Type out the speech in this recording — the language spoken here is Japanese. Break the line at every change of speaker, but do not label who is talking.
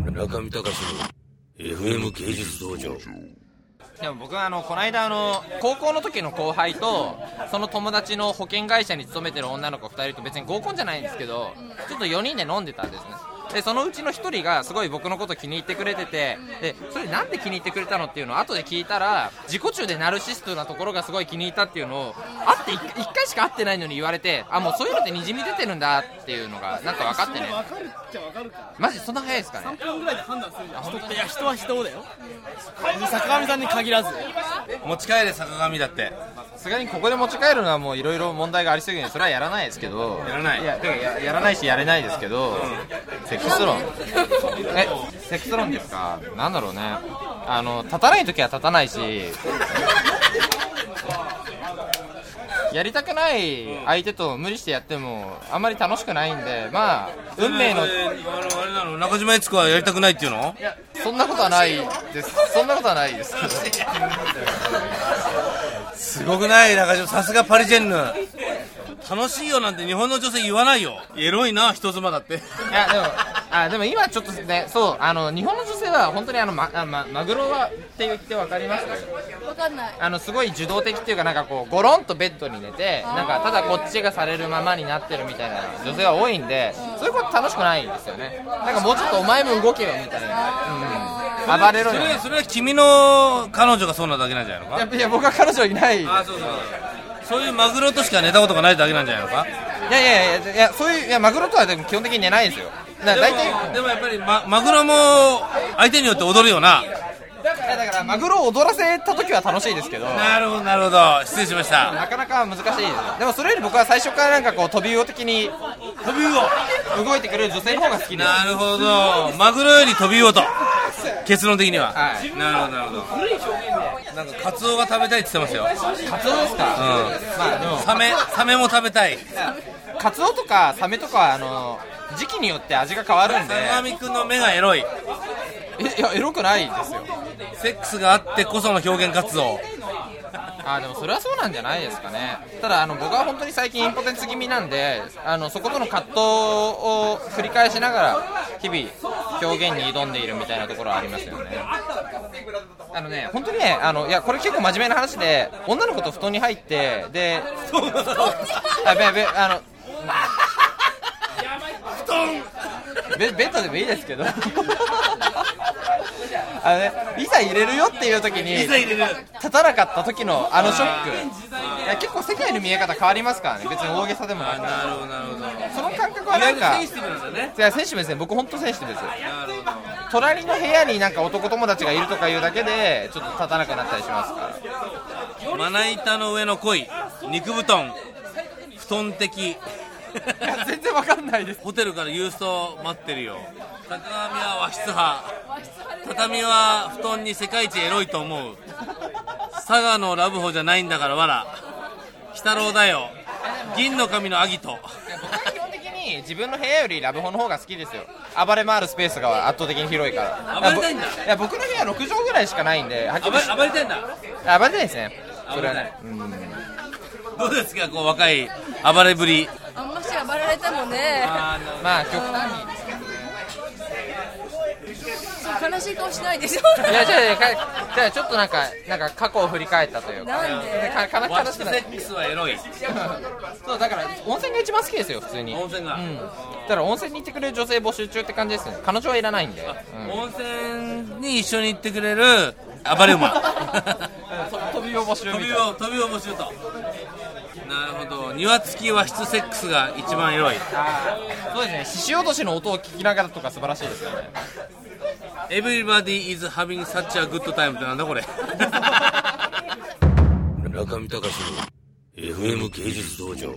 村上隆の FM 芸術道場
でも僕はあのこの間あの高校の時の後輩とその友達の保険会社に勤めてる女の子2人と別に合コンじゃないんですけどちょっと4人で飲んでたんですねでそのうちの1人がすごい僕のこと気に入ってくれててでそれなんで気に入ってくれたのっていうのを後で聞いたら自己中でナルシストなところがすごい気に入ったっていうのを会って1回しか会ってないのに言われてあもうそういうのってにじみ出てるんだっていうのがなんか分かってね
分かるっちゃ分かるから
マジそんな早いですかね
3分ぐらいで判断するじゃん人って
当
いや人は人をだよ坂上さんに限らず
持ち帰れ坂上だってや
さすがにここで持ち帰るのはもういろいろ問題がありすぎるんでそれはやらないですけど
らない
いやてかややらないしやれないですけど、セックス論えセックス論ですかなんだろうねあの立たない時は立たないしやりたくない相手と無理してやってもあんまり楽しくないんでまあ運命の
えーあのあれなの中島悦子はやりたくないっていうの
いやそんなことはないですそんなことはないですけど
すごくない中島さすがパリジェンヌ楽しいよなんて日本の女性言わないよエロいな人妻だって
いやでもあでも今ちょっとねそうあの日本の女性は本当にあのまあまマグロはって言ってわかります
わかんない
あのすごい受動的っていうかなんかこうゴロンとベッドに寝てなんかただこっちがされるままになってるみたいな女性が多いんでそういうこと楽しくないんですよねなんかもうちょっとお前も動けよみたいな、うん、暴れろ
そ
よ
れそれは君の彼女がそうなだけなんじゃないの
や
か
っぱいや僕は彼女いないいや
あそうそうそういうマグロとしか寝たことがないだけなんじゃないのか
いやいやいやそういういやマグロとはでも基本的に寝ないですよだから大
でも
体
でもやっぱり、ま、マグロも相手によって踊るよない
やだからマグロを踊らせた時は楽しいですけど
なるほどなるほど失礼しました
なかなか難しいですでもそれより僕は最初からなんかこう飛び魚的に
飛び魚
動いてくれる女性の方が好きです
なるほどマグロより飛び魚と結論的には、
はい
なるほどなるほどなんかカツオが食べたいって言ってますよ、
カツオですか、
う
まあでも
ん、サメサメも食べたい
カツオとかサメとかはあの時期によって味が変わるんで
坂上くんの目がエロい
えいやエロくないですよ
セックスがあってこその表現活動
あでもそれはそうなんじゃないですかねただあの僕は本当に最近インポテンツ気味なんであのそことの葛藤を繰り返しながら日々表現に挑んでいるみたいなところはありますよねあのね本当にねあのいやこれ結構真面目な話で女の子と布団に入ってであべべあのベベッドでもいいですけどあの、ね、いざ入れるよっていう時に立たなかった時のあのショックいや結構世界の見え方変わりますからね別に大げさでもなく
なるほどなるほど
その感覚はなんかい
ブなんだね
や選手ですね僕本当選手です隣の部屋になんか男友達がいるとかいうだけでちょっと立たなくなったりしますから
まな板の上の恋肉布団布団的
いや全然わかんないです
ホテルから郵送待ってるよ坂上は和室派畳は布団に世界一エロいと思う佐賀のラブホじゃないんだからわら鬼太郎だよ銀の髪のアギト
僕は基本的に自分の部屋よりラブホの方が好きですよ暴れ回るスペースが圧倒的に広いから
暴れたいんだ
やぼいや僕の部屋6畳ぐらいしかないんではっき
暴
り
れ暴れてんだ
あ暴れてないですねそれはねうん
どうですかこう若い暴れぶり
あんまし暴れられてもね
まあ極端に
悲しい顔しないでしょ
いやじゃあじゃあじゃあちょっとなんかなんか過去を振り返ったというか
なんで
かかな
和
悲しく
室
な
セ
る
ックスはエロい
そうだから温泉が一番好きですよ普通に
温泉が、
うんだから温泉に行ってくれる女性募集中って感じですね彼女はいらないんで、うん
温泉に一緒に行ってくれる暴れ馬
飛びを募集みたい
飛び
な
を飛びを募集となるほど庭付き和室セックスが一番エロい
そうですね獅子落としの音を聞きながらとか素晴らしいですよね
Everybody is having such a good time ってなんだこれ
Ha ha ha ha!
村上隆の FM 芸術道場